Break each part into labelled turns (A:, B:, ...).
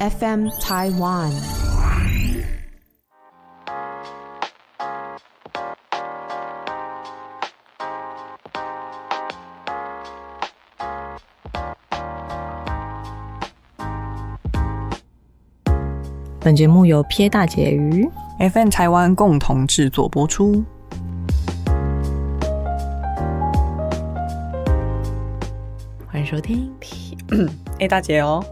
A: FM Taiwan。
B: 本节目由撇大姐鱼
C: FN 台湾共同制作播出。
B: 欢迎收听，
C: 哎、大姐哦，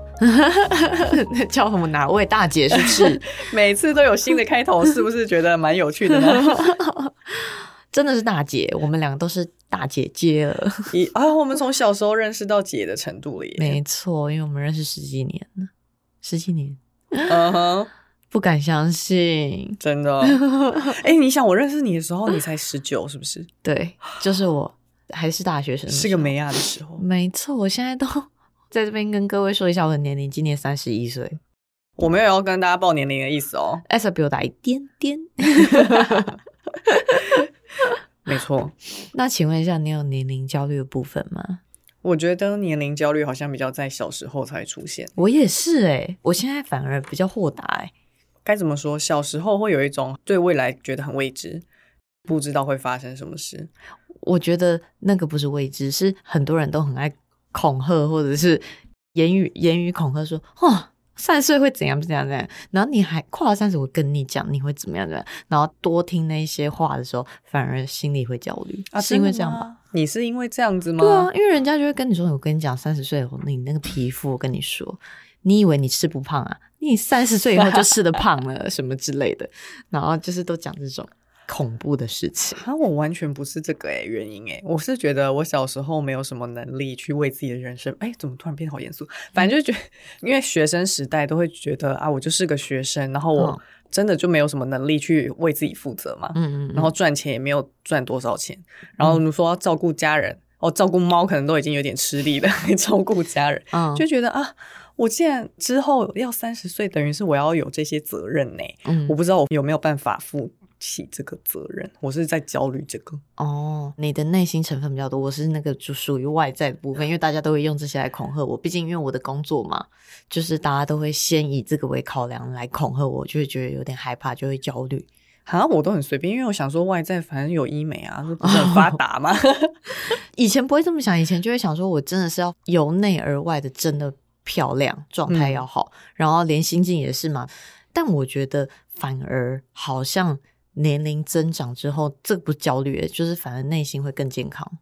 B: 叫我们哪位大姐是不是？
C: 每次都有新的开 头，是不是觉得蛮有趣的呢？
B: 真的是大姐，我们两个都是大姐姐了。
C: 一啊，我们从小时候认识到姐的程度了耶。
B: 没错，因为我们认识十几年了，十几年，
C: 嗯哼，
B: 不敢相信。
C: 真的。 哎、你想我认识你的时候，你才十九，是不是？
B: 对，就是我还是大学生，
C: 是个。美亚的时候。
B: 没错，我现在都 在这边跟各位说一下我的年龄，今年三十一岁
C: 我没有要跟大家报年龄的意思哦。
B: ，S 比我大一点点。
C: 没错，
B: 那请问一下，你有年龄焦虑的部分吗？
C: 我觉得年龄焦虑好像比较在小时候才出现。
B: 我也是哎、我现在反而比较豁达哎、
C: 该怎么说？小时候会有一种对未来觉得很未知，不知道会发生什么事。
B: 我觉得那个不是未知，是很多人都很爱恐吓，或者是言语言语恐吓说，哦，三十岁会怎样怎样怎样，然后你还跨了三十，我跟你讲你会怎么样怎么样，然后多听那些话的时候，反而心里会焦虑，
C: 啊
B: 是因为这样吧？？
C: 你是因为这样子吗？
B: 对啊，因为人家就会跟你说，我跟你讲，三十岁后你那个皮肤，我跟你说，你以为你吃不胖啊？你三十岁以后就吃的胖了什么之类的，然后就是都讲这种恐怖的事情。
C: 啊，我完全不是这个诶、原因诶、我是觉得我小时候没有什么能力去为自己的人生，哎、怎么突然变得好严肃？反
B: 嗯
C: 正就觉得，因为学生时代都会觉得啊，我就是个学生，然后
B: 嗯
C: 我真的就没有什么能力去为自己负责嘛，
B: 嗯嗯嗯，
C: 然后赚钱也没有赚多少钱，然后你说要照顾家人，哦，照顾猫可能都已经有点吃力了， 还照顾家人，
B: 嗯
C: 就觉得啊，我既然之后要三十岁，等于是我要有这些责任呢、
B: 嗯
C: 我不知道我有没有办法负起这个责任，我是在焦虑这个。
B: 哦，你的内心成分比较多，我是那个就属于外在的部分，因为大家都会用这些来恐吓我。毕竟因为我的工作嘛，就是大家都会先以这个为考量来恐吓我，就会觉得有点害怕，就会焦虑。
C: 啊，我都很随便，因为我想说外在反正有医美 啊，这不是很发达 吗？
B: 以前不会这么想，以前就会想说我真的是要由内而外的真的漂亮，状态要好，然后连心境也是嘛。但我觉得反而好像年龄增长之后，这不焦虑，就是反而内心会更健康。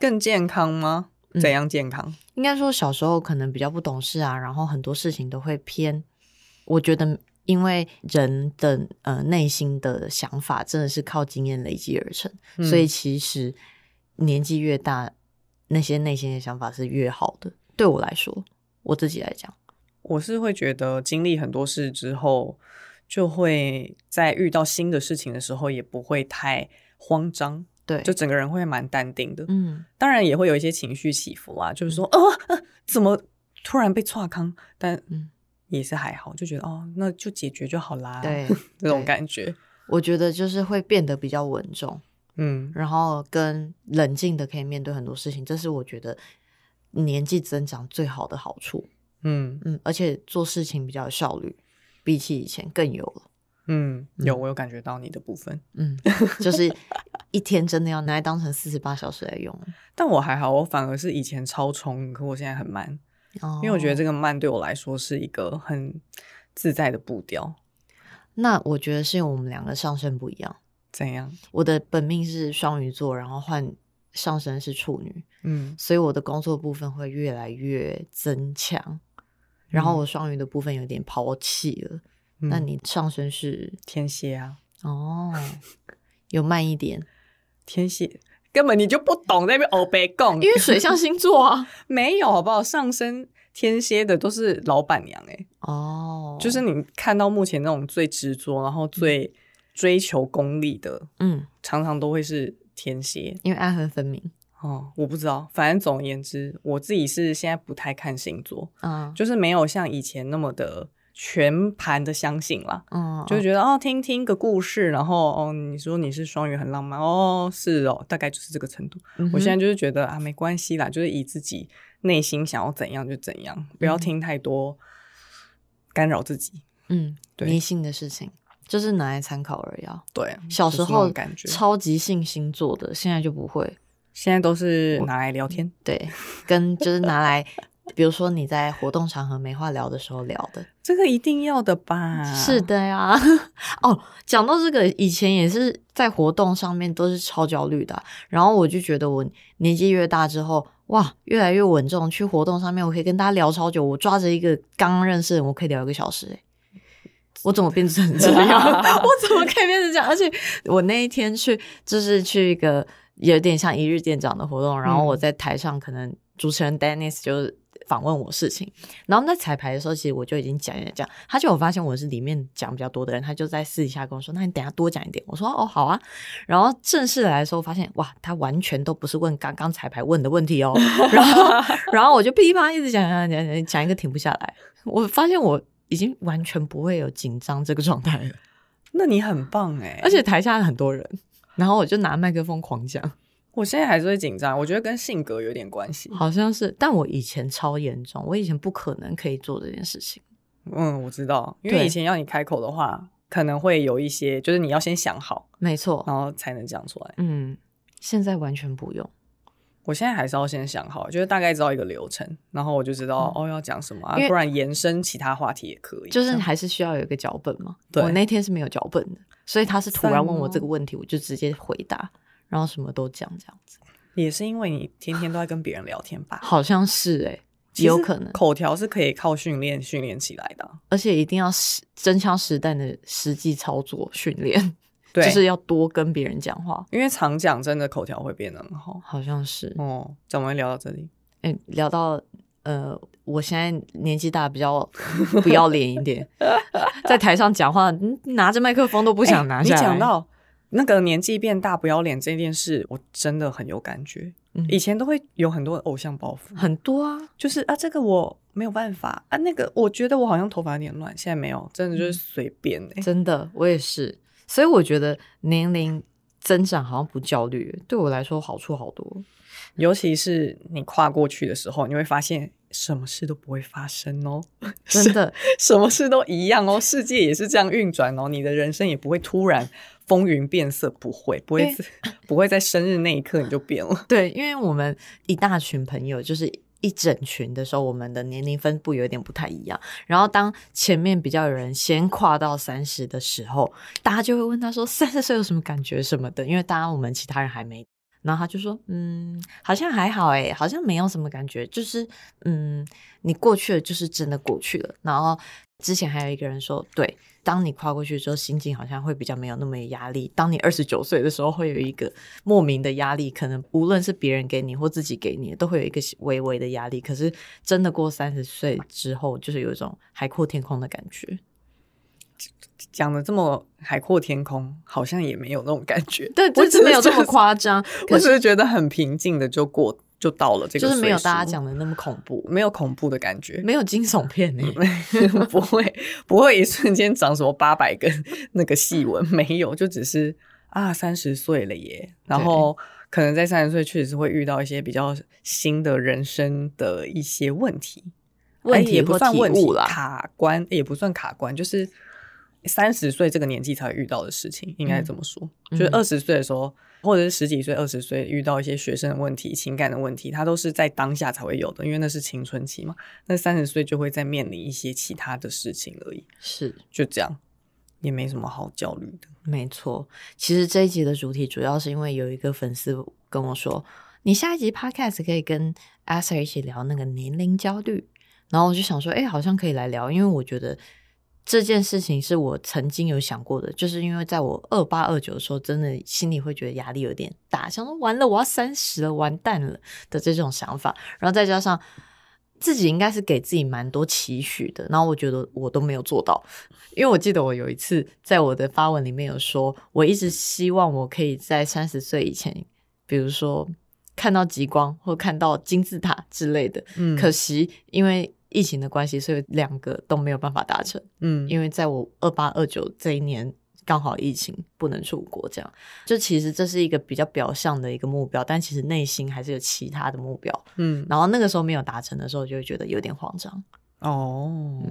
C: 更健康吗？
B: 嗯
C: 怎样健康？
B: 应该说小时候可能比较不懂事啊，然后很多事情都会偏。我觉得，因为人的呃内心的想法真的是靠经验累积而成，
C: 嗯
B: 所以其实年纪越大，那些内心的想法是越好的。对我来说，我自己来讲，
C: 我是会觉得经历很多事之后，就会在遇到新的事情的时候，也不会太慌张，
B: 对，
C: 就整个人会蛮淡定的。
B: 嗯，
C: 当然也会有一些情绪起伏啊，就是说，哦、啊怎么突然被岔康？但
B: 嗯
C: 也是还好，就觉得哦，那就解决就好啦。
B: 对，
C: 这种
B: 对
C: 感觉，
B: 我觉得就是会变得比较稳重。
C: 嗯，
B: 然后跟冷静的可以面对很多事情，这是我觉得年纪增长最好的好处。
C: 嗯
B: 嗯，而且做事情比较有效率，比起以前更有了。
C: 嗯，有
B: 嗯
C: 我有感觉到你的部分，
B: 嗯， 就是一天真的要拿来当成四十八小时来用。
C: 但我还好，我反而是以前超冲，可我现在很慢，
B: 哦
C: 因为我觉得这个慢对我来说是一个很自在的步调。
B: 那我觉得是因为我们两个上升不一样。
C: 怎样？
B: 我的本命是双鱼座，然后换上升是处女，
C: 嗯
B: 所以我的工作部分会越来越增强。然后我双鱼的部分有点抛弃了。
C: 嗯
B: 那你上升是
C: 天蝎啊，
B: 哦，有慢一点，
C: 天蝎根本你就不懂在那边欧北贡，
B: 因为水象星座啊。
C: 没有好不好？上升天蝎的都是老板娘哎、
B: 哦，
C: 就是你看到目前那种最执着，然后最追求功利的，
B: 嗯，
C: 常常都会是天蝎。
B: 因为爱恨分明。
C: 哦，我不知道，反正总而言之，我自己是现在不太看星座，
B: 啊，
C: 就是没有像以前那么的全盘的相信啦。
B: 嗯，
C: 就
B: 嗯
C: 觉得哦，听听个故事，然后哦，你说你是双鱼很浪漫，哦，是哦，大概就是这个程度。
B: 嗯
C: 我现在
B: 哼
C: 就是觉得啊，没关系啦，就是以自己内心想要怎样就怎样，不要
B: 嗯
C: 听太多干扰自己。
B: 嗯，
C: 对
B: 迷信的事情就是拿来参考而已啊。
C: 对啊，
B: 小时
C: 就是那种
B: 候
C: 感觉，
B: 超级信星座的，现在就不会。
C: 现在都是拿
B: 嗯
C: 来聊天。
B: 对，跟就是拿来，比如说你在活动场合没话聊的时候聊的。
C: 这个一定要的吧？
B: 是，的呀， 哦，讲到这个，以前也是在活动上面都是超焦虑的啊、然后我就觉得我年纪越大之后，哇，越来越稳重，去活动上面我可以跟大家聊超久，我抓着一个刚认识的人，我可以聊一个小时、欸，我怎么变成这样？ 我怎么可以变成这样？而且我那一天去，就是去一个有点像一日店长的活动，然后
C: 嗯
B: 我在台上可能主持人 Dennis 就是访问我事情，然后在彩排的时候，其实我就已经讲讲讲，他就有发现我是里面讲比较多的人，他就在私底下跟我说：“那你等一下多讲一点。”我说：“哦，好啊。”然后正式来的时候，发现哇，他完全都不是问刚刚彩排问的问题哦。然 后，然后我就噼里啪啦一直讲讲讲讲讲一个停不下来。我发现我已经完全不会有紧张这个状态了，
C: 那你很棒哎、
B: 而且台下很多人，然后我就拿麦克风狂讲，
C: 我现在还是会紧张，我觉得跟性格有点关系。
B: 好像是，但我以前超严重，我以前不可能可以做这件事情。
C: 嗯，我知道，因为
B: 对
C: 以前要你开口的话，可能会有一些，就是你要先想好，
B: 没错，
C: 然后才能讲出来。
B: 嗯，现在完全不用。
C: 我现在还是要先想好，就是大概知道一个流程，然后我就知道、哦要讲什么、啊
B: 嗯因，为
C: 不然延伸其他话题也可以。
B: 就是
C: 这样
B: 还是需要有一个脚本嘛。
C: 对
B: 我那天是没有脚本的，所以他是突然问我
C: 赞哦
B: 这个问题，我就直接回答，然后什么都讲这样子，
C: 也是因为你天天都在跟别人聊天吧？
B: 好像是诶、
C: 其
B: 有
C: 实
B: 可能，
C: 口条是可以靠训练训练起来的啊。
B: 而且一定要实真枪实弹的实际操作训练，就
C: 对，
B: 是要多跟别人讲话，
C: 因为常讲，真的口条会变得很好。
B: 好像是。
C: 哦，怎么会聊到这里？
B: 哎、聊到呃，我现在年纪大，比较不要脸一点， 在台上讲话，嗯拿着麦克风都不
C: 不
B: 想拿
C: 哎你
B: 下来。
C: 讲到那个年纪变大不要脸这件事，我真的很有感觉。
B: 嗯
C: 以前都会有很多偶像 包袱，
B: 很多啊，
C: 就是啊，这个我没有办法啊，那个我觉得我好像头发有点乱，现在没有，真的就是随便哎、
B: 真的，我也是。所以我觉得年龄增长好像不焦虑，对我来说好处好多。
C: 尤其是你跨过去的时候，你会发现什么事都不会发生哦，
B: 真的，
C: 什么事都一样哦，世界也是这样运转哦，你的人生也不会突然风云变色，不会，不
B: 因
C: 会
B: 为
C: 自，不会在 生日那一刻你就变了。
B: 对，因为我们一大群朋友就是。一整群的时候，我们的年龄分布有点不太一样。然后，当前面比较有人先跨到三十的时候，大家就会问他说：“三十岁有什么感觉什么的？”因为当然我们其他人还没。然后他就说：“嗯，好像还好诶、好像没有什么感觉，就是嗯，你过去了就是真的过去了。”然后之前还有一个人说：“对，当你跨过去之后，心境好像会比较没有那么有压力。当你二十九岁的时候，会有一个莫名的压力，可能无论是别人给你或自己给你，都会有一个微微的压力。可是真的过三十岁之后，就是有一种海阔天空的感觉。
C: 讲的这么海阔天空，好像也没有那种感觉。
B: 对，
C: 我
B: 这
C: 只
B: 次
C: 是
B: 没有这
C: 觉
B: 么
C: 得
B: 夸张，
C: 我
B: 可
C: 只
B: 是
C: 是觉得很平静的就过就到了这个
B: 就
C: 岁数，
B: 是没有大家讲的那么恐怖，
C: 没有恐怖的感觉，
B: 没有惊悚
C: 嗯
B: 片呢、欸
C: 哎 不会不会一瞬间长什么八百根那个细纹，没有，就只是啊三十岁了耶，然后可能在三十岁确实是会遇到一些比较新的人生的一些问题，
B: 问
C: 哎
B: 题
C: 也不
B: 或
C: 算
B: 体
C: 问题
B: 悟啦。
C: 卡关也不算卡关，就是三十岁这个年纪才会遇到的事情，应该这么说。
B: 嗯
C: 就是二十岁的时候，或者是十几岁、二十岁遇到一些学生的问题、情感的问题，它都是在当下才会有的，因为那是青春期嘛。那三十岁就会再面临一些其他的事情而已，
B: 是，
C: 就这样，也没什么好焦虑的。
B: 没错，其实这一集的主题主要是因为有一个粉丝跟我说，你下一集 podcast 可以跟 a s a 一起聊那个年龄焦虑，然后我就想说，哎、好像可以来聊，因为我觉得这件事情是我曾经有想过的，就是因为在我二八二九的时候，真的心里会觉得压力有点大，想说完了，我要三十了，完蛋了的这种想法，然后再加上。自己应该是给自己蛮多期许的，然后我觉得我都没有做到，因为我记得我有一次在我的发文里面有说，我一直希望我可以在三十岁以前，比如说看到极光或看到金字塔之类的。
C: 嗯
B: 可惜因为疫情的关系，所以两个都没有办法达成。
C: 嗯
B: 因为在我二八二九这一年刚好疫情不能出国，这样就其实这是一个比较表象的一个目标，但其实内心还是有其他的目标。
C: 嗯
B: 然后那个时候没有达成的时候，就会觉得有点慌张。
C: 哦。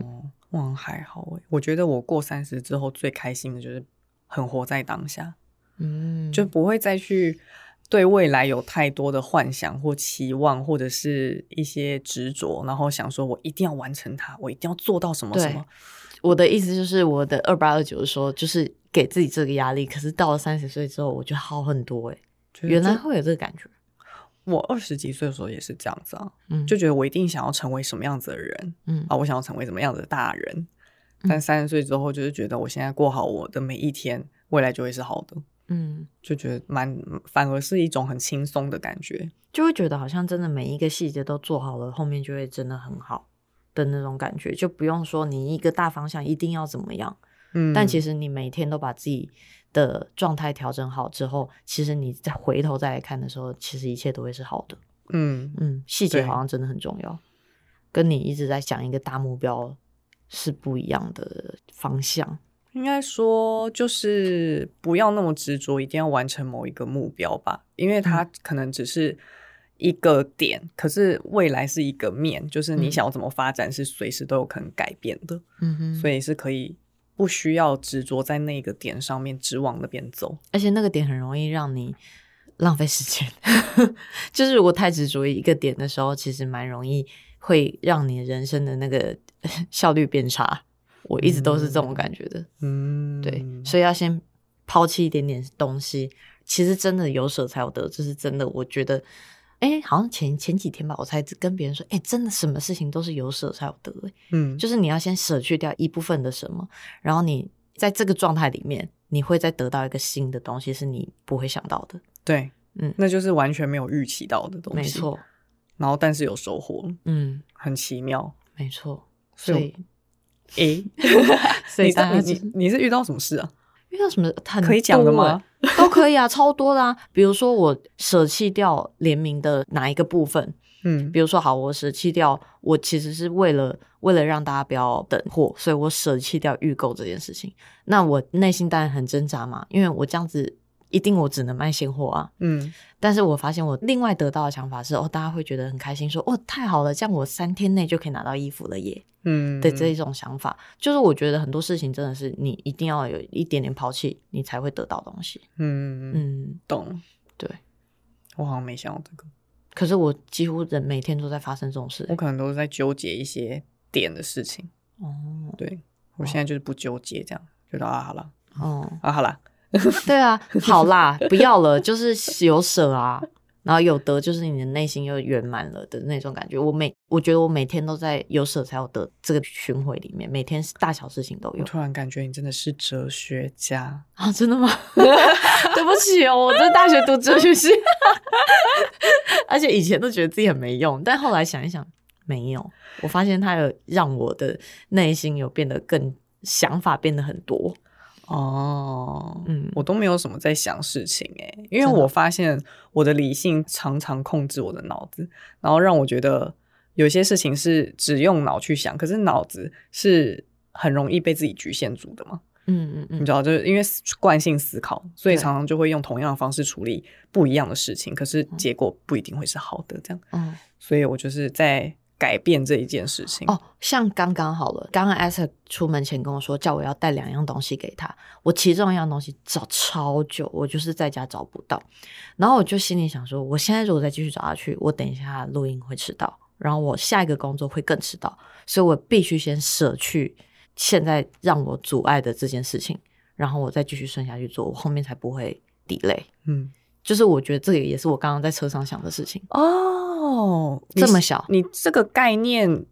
C: 嗯，还好诶，我觉得我过三十之后最开心的就是很活在当下，
B: 嗯，
C: 就不会再去对未来有太多的幻想或期望，或者是一些执着，然后想说我一定要完成它，我一定要做到什么什么。
B: 我的意思就是，我的二八二九说，就是给自己这个压力。可是到了三十岁之后，我觉得好很多哎、
C: 就是
B: 原来
C: 这
B: 会有这个感觉，
C: 我二十几岁的时候也是这样子啊，
B: 嗯，
C: 就觉得我一定想要成为什么样子的人
B: 嗯
C: 啊，我想要成为什么样子的大人。
B: 嗯
C: 但三十岁之后，就是觉得我现在过好我的每一天，未来就会是好的，
B: 嗯，
C: 就觉得蛮嗯反而是一种很轻松的感觉。
B: 就会觉得好像真的每一个细节都做好了，后面就会真的很好的那种感觉，就不用说你一个大方向一定要怎么样，
C: 嗯，
B: 但其
C: 实
B: 实你每天都把自己的状态调整好之后，其实你再回头再来看的时候，其实一切都会是好的。
C: 嗯，
B: 嗯，细节
C: 对
B: 好像真的很重要，跟你一直在想一个大目标是不一样的方向。
C: 应该说就是不要那么执着，一定要完成某一个目标吧，因为它
B: 嗯
C: 可能只是一个点，可是未来是一个面，就是你
B: 嗯
C: 想要怎么发展是随时都有可能改变的，
B: 嗯哼
C: 所
B: 以
C: 以是可以不需要执着在那个点上面，只往那边走。
B: 而且那个点很容易让你浪费时间， 就是如果太执着于一个点的时候，其实蛮容易会让你人生的那个 效率变差。我一直都是这种感觉的，
C: 嗯，
B: 对，所以要先抛弃一点点东西。其实真的有舍才有得，这是真的。我觉得，哎，好像前前几天吧，我才跟别人说，哎，真的什么事情都是有舍才有得、诶
C: 嗯，
B: 就是你要先舍去掉一部分的什么，然后你在这个状态里面，你会再得到一个新的东西，是你不会想到的。
C: 对，
B: 嗯
C: 那就是完全没有预期到的东西，
B: 没。错，
C: 然后但是有收获，
B: 嗯，
C: 很奇妙。
B: 没错。
C: 所
B: 所
C: 以
B: 以，
C: 诶、
B: 所以
C: 你这
B: 大家
C: 你
B: 就是
C: 你是遇到什么事啊？
B: 遇到什么很
C: 可以讲的
B: 多
C: 吗
B: 欸？都可以啊，超多的啊。比如说我舍弃掉联名的哪一个部分，
C: 嗯
B: 比如说，好，我舍弃掉，我其实是为了为了让大家不要等货，所以我舍弃掉预购这件事情。那我内心当然很挣扎嘛，因为我这样子一定我只能卖现货啊。
C: 嗯，
B: 但是我发现我另外得到的想法是，哦，大家会觉得很开心，说，哦，太好了，这样我三天内就可以拿到衣服了耶。
C: 嗯，
B: 的这一种想法，就是我觉得很多事情真的是你一定要有一点点抛弃，你才会得到东西。
C: 嗯嗯
B: 嗯，
C: 懂。
B: 对。
C: 我好像没想到这个，
B: 可是我几乎人每天都在发生这种事
C: 我。可能都是在纠结一些点的事情。
B: 哦，
C: 对我现在就是不纠结，这样觉得啊好了
B: 哦。
C: 啊好了，
B: 对 啊，好啦，不要了，就是有舍啊， 然后有得，就是你的内心又圆满了的那种感觉。我每我觉得我每天都在有舍才有得这个巡回里面，每天大小事情都
C: 我
B: 有
C: 突然感觉你真的是哲学家，
B: 啊，真 的吗？对不起哦，我在大学读哲学系， 而且以前都觉得自己很没用，但后来想一想，没有，我发现它有让我的内心有变得更想法变得很多，
C: 哦，
B: 嗯
C: 我都没有什么在想事情哎、因为
B: 真的
C: 我发现我的理性常常控制我的脑子，然后让我觉得有些事情是只用脑去想，可是脑子是很容易被自己局限住的嘛。
B: 嗯嗯
C: 你
B: 嗯
C: 知道，就是因为惯性思考，所以
B: 对
C: 常常就会用同样的方式处理不一样的事情，可是
B: 嗯
C: 结果不一定会是好的。这样，
B: 嗯。
C: 所以我就是在改变这一件事情。
B: 哦，像刚刚好了，刚刚 a s 出门前跟我说叫我要带两样东西给他，我其中一样东西找超久，我就是在家找不到，然后我就心里想说，我现在如果再继续找下去，我等一下录音会迟到，然后我下一个工作会更迟到，所以我必须先舍去现在让我阻碍的这件事情，然后我再继续顺下去做，我后面才不会 delay。
C: 嗯，
B: 就是我觉得这个也是我刚刚在车上想的事情，
C: 哦，
B: 这么小
C: 你这个概念。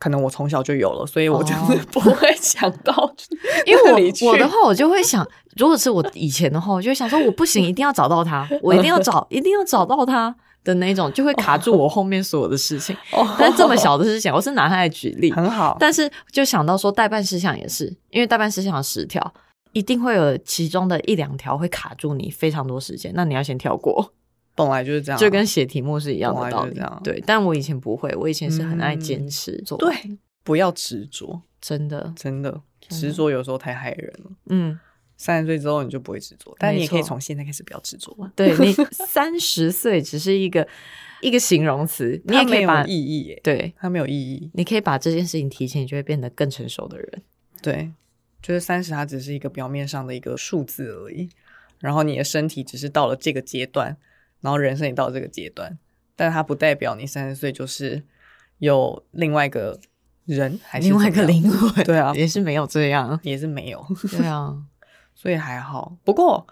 C: 可能我从小就有了，所以我就是
B: 哦
C: 不会 想到，
B: 因
C: 那里
B: 为
C: 去
B: 我我的话，我就会想，如果是我以前的话，我就会想说，我不行，一定要找到他，我一定要找，一定要找到他的那种，就会卡住我后面所有的事情。
C: 哦
B: 但这么小的事情，我是拿它来举例，
C: 很好，
B: 但是就想到说代办事项也是，因为代办事项有十条，一定会有其中的一两条会卡住你非常多时间，那你要先跳过，
C: 本来就是这样啊，
B: 就跟写题目是一样
C: 懂啊
B: 的道理
C: 就是这样。
B: 对，但我以前不会，我以前是很爱坚
C: 嗯
B: 持做，
C: 对，不要执着，
B: 真的，
C: 真的
B: 真的
C: 执着有时候太害人了。
B: 嗯，
C: 三十岁之后你就不会执着，但你也可以
B: 没错
C: 从现在开始不要执着了。
B: 对 你三十岁只是一个一个形容词，你
C: 它
B: 也可
C: 没
B: 以
C: 有
B: 把
C: 意义耶，
B: 对，
C: 它没有意义。
B: 你可以把这件事情提前，你就会变得更成熟的人。
C: 对，就是三十，它只是一个表面上的一个数字而已。然后你的身体只是到了这个阶段，然后人生也到了这个阶段，但它不代表你三十岁就是有另外一个人，还是
B: 另外一
C: 怎
B: 个
C: 么样
B: 灵魂，
C: 对啊。
B: 也是没有这样
C: 也是没有，
B: 对啊，
C: 所以还好。不过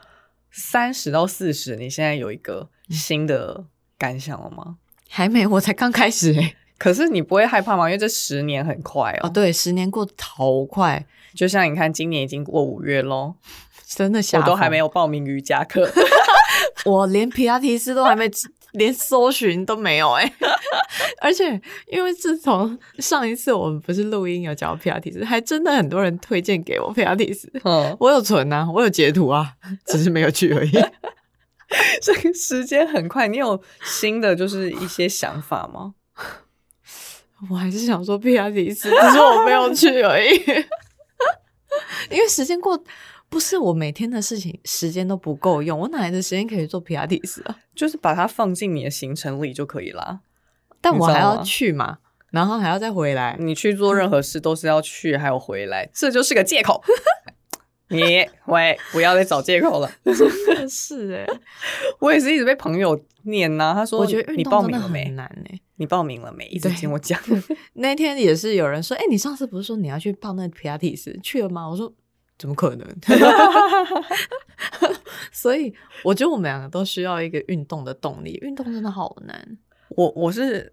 C: 三十到四十，你现在有一个
B: 嗯
C: 新的感想了吗？
B: 还没，我才刚开始欸、
C: 可是你不会害怕吗？因为这十年很快哦，
B: 哦，对，十年过得好快，
C: 就像你看，今年已经过五月喽，
B: 真的
C: 我
B: 吓。
C: 都还没，有报名瑜伽 课，
B: 我连皮拉提斯都还没， 连搜寻都没有哎、 而且，因为自从上一次我们不是录音有讲到皮拉提斯，还真的很多人推荐给我皮拉提斯。
C: 嗯，
B: 我有存啊，我有截图啊，只是没有去而已。
C: 这个时间很快。你有新的就是一些想法吗？
B: 我还是想说皮拉提斯，只是我没有去而已。 因为时间过，不是我每天的事情，时间都不够用，我哪来的时间可以做皮拉提斯啊？
C: 就是把它放进你的行程里就可以啦。
B: 但我
C: 你知
B: 还
C: 道吗
B: 要去嘛，然后还要再回来。
C: 你去做任何事都是要去还有回来，这就是个借口。 你喂，不要再找借口了。
B: 真
C: 嗯
B: 的 是哎、
C: 我也是一直被朋友念啊呐、他说
B: 我觉得
C: 你
B: 运
C: 报
B: 动真
C: 名
B: 的
C: 了没
B: 很？难哎、
C: 你报名了没？一直
B: 对
C: 听我讲，
B: 那天也是有人说，哎、你上次不是说你要去报那个皮拉提斯，去了吗？我说怎么可能？ 所以我觉得我们两个都需要一个运动的动力，运动真的好难。
C: 我我是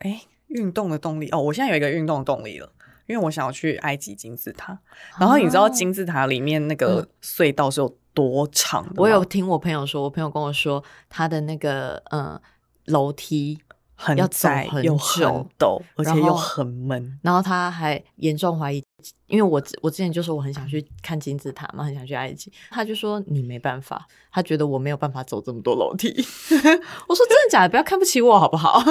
C: 哎，运动的动力哦，我现在有一个运动的动力了，因为我想要去埃及金字塔。然后你知道
B: 啊
C: 金字塔里面那个隧道是有多长的吗
B: 嗯我有听我朋友说，我朋友跟我说他的那个呃楼梯，
C: 很
B: 要走
C: 窄
B: 很
C: 又
B: 久
C: 很陡，而
B: 然
C: 且又
B: 后
C: 很闷。
B: 然后他还严重怀疑，因为我之我之前就说我很
C: 嗯
B: 想去看金字塔嘛，很想去埃及，他就说你没办法，他觉得我没有办法走这么多楼梯。 我说真的假的？不要看不起我好不好？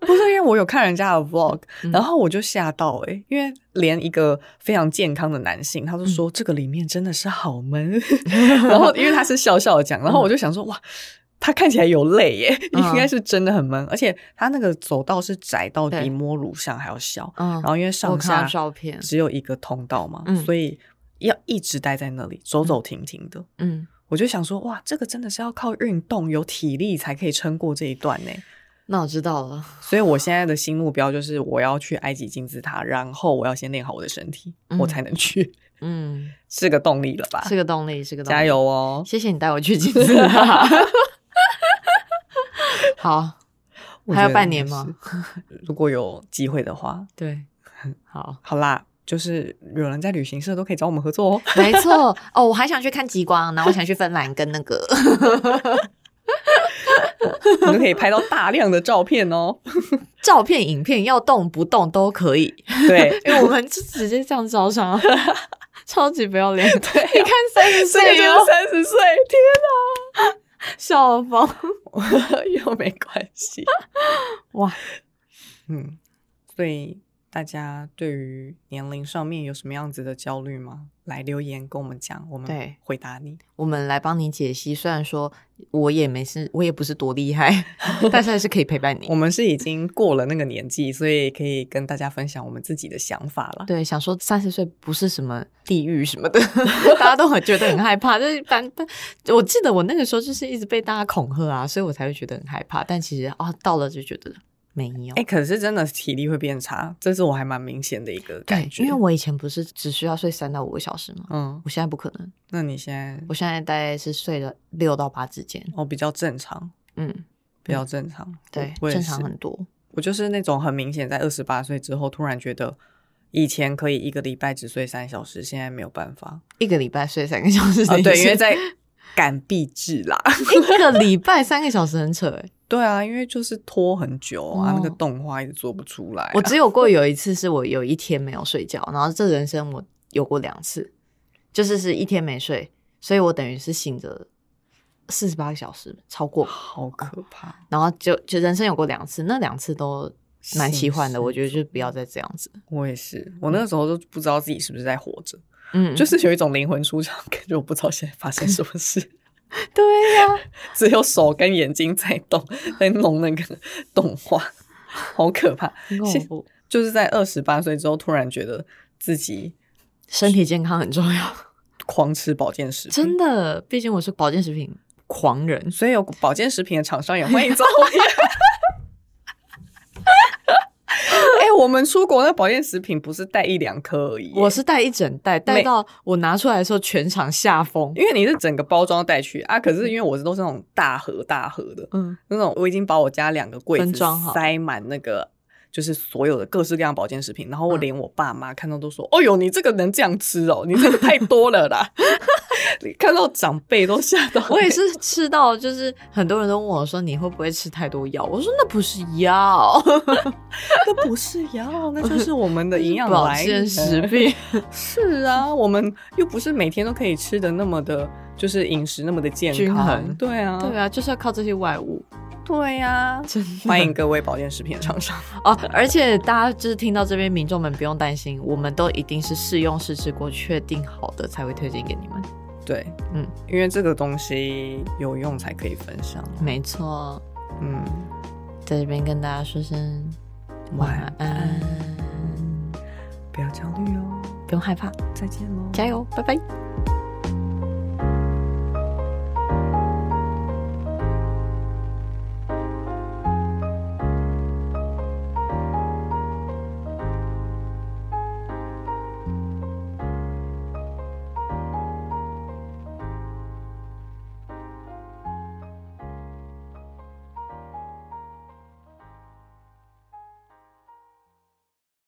C: 不是因为我有看人家的 vlog，、
B: 嗯
C: 然后我就吓到哎、因为连一个非常健康的男性，
B: 嗯
C: 他就说、这个里面真的是 好闷，然后因为他是笑笑的讲，然后我就想说哇。他看起来有累耶，
B: 嗯
C: 应该是真的很闷，而且他那个走道是窄到比
B: 对
C: 摸乳巷还要小，
B: 嗯，
C: 然后因为
B: 我
C: 上
B: 看到
C: 下
B: 照片
C: 只有一个通道嘛，
B: 嗯
C: 所以要一直待在那里，走走停停的。
B: 嗯，
C: 我就想说，哇，这个真的是要靠运动、有体力才可以撑过这一段呢。
B: 那我知道了。
C: 所以我现在的新目标就是，我要去埃及金字塔，然后我要先练好我的身体，
B: 嗯
C: 我才能去，
B: 嗯，
C: 是个动力了吧？
B: 是个动力，是个动力
C: 啊加！油哦！
B: 谢谢你带我去 金字塔。 好，
C: 我
B: 还有
C: 觉得
B: 半年
C: 是
B: 吗？
C: 如果有机会的话，
B: 对，好，
C: 好啦，就是有人在旅行社都可以找我们合作哦。
B: 没错。哦，我还想去看极光，然后我想去芬兰跟那个。
C: 我们都可以拍到大量的照片哦。
B: 照片、影片要动不动都可以，
C: 对，
B: 因为哎我们就直接这样招商， 超级不要脸。你
C: 对
B: 看三十
C: 这个
B: 岁
C: 就是
B: 哟，
C: 三十岁，
B: 校风
C: 天 哪，又没关 系。
B: 哇，
C: 嗯，所以大家对于年龄上面有什么样子的焦虑吗？来留言跟我们讲，我们
B: 对
C: 回答你。
B: 我们来帮你解析。虽然说我也没事，我也不是多厉害， 但是还是可以陪伴你
C: 我。们是已经过了那个年纪，所以可以跟大家分享我们自己的想法了。
B: 对，想说三十岁不是什么地狱什么 的，大家都很觉得很害怕。就是反正我记得我那个时候就是一直被大家恐吓啊，所以我才会觉得很害怕。但其实啊，到了就觉得没有。
C: 哎、可是真的体力会变差，这是我还蛮明显的一个
B: 对
C: 感，觉。
B: 因为我以前不是只需要睡三到五个小时吗？
C: 嗯，
B: 我现在不可能，
C: 那你现在
B: 我现在大概是睡了六到八之间。
C: 哦比较正常，
B: 嗯，
C: 比较正常。
B: 对，
C: 我也
B: 正
C: 是
B: 常很多。
C: 我就是那种很明显在二十八岁之后突然觉得，以前可以一个礼拜只睡三小时，现在没有办法。
B: 一个礼拜睡三个小时这
C: 哦，
B: 件事、
C: 对，因为在赶必至啦。
B: 一个礼拜三个小时很扯哎、
C: 对啊，因为就是拖很久啊，
B: 哦
C: 那个动画一直做不出来啊、
B: 我 只有过有一次是我有一天没有睡觉，然后这人生我有过两次，就是是一天没睡，所以我等于是醒着四十八个小时超过，
C: 好可怕，
B: 然后就就人生有过两次，那两次都蛮奇幻
C: 醒
B: 的，
C: 狮
B: 我觉得就不要再这样子。
C: 我也是，我那个时候都不知道自己是不是在活着，
B: 嗯，
C: 就是有一种灵魂出窍，感觉我不知道现在发生什么事，
B: 对呀、
C: 只有手跟眼睛在动，在弄那个动画，好可怕。
B: 很恐怖。
C: 就是在二十八岁之后，突然觉得自己
B: 身体健康很重 要，
C: 狂吃保健食品，
B: 真的，毕竟我是保健食品狂人。
C: 所以有 保健食品的厂商也欢迎找我呀。 哎、我们出国那保健食品不是带一两颗而已耶，
B: 我是带一整袋，带
C: 每
B: 到我拿出来的时候，全场下风。
C: 因为你是整个包装带去啊，可是因为我是都是那种大盒大盒的，
B: 嗯，
C: 那种我已经把我家两个柜
B: 分
C: 子
B: 装好
C: 塞满那个。就是所有的各式各样的保健食品，然后我
B: 嗯
C: 连我爸妈看到都说：“哦呦，你这个能这样吃哦，你这个太多了 啦！” 你看到长辈都吓到。
B: 我也是吃到，就是很多人都问我说你会不会吃太多药？我说那不是药，
C: 那不是药，那就是我们的 营养
B: 保
C: 来
B: 健
C: 源
B: 食品。
C: 是啊，我们又不是每天都可以吃的那么的，就是饮食那么的健
B: 均
C: 康。
B: 衡
C: 对啊，
B: 对啊，就是要靠这些外物，
C: 对 啊，
B: 真的
C: 欢迎各位保健食品的厂 商。
B: 哦。而且大家就是听到这边，民众们不用担心，我们都一定是试用试吃过、确定好的才会推荐给你们。
C: 对，
B: 嗯，
C: 因为这个东西有用才可以分享。
B: 没错，
C: 嗯，
B: 在这边跟大家说声晚
C: 晚
B: 安
C: 安，不要焦虑哦，哦
B: 不用害怕，
C: 再见喽，
B: 加油，拜拜。
C: 拜。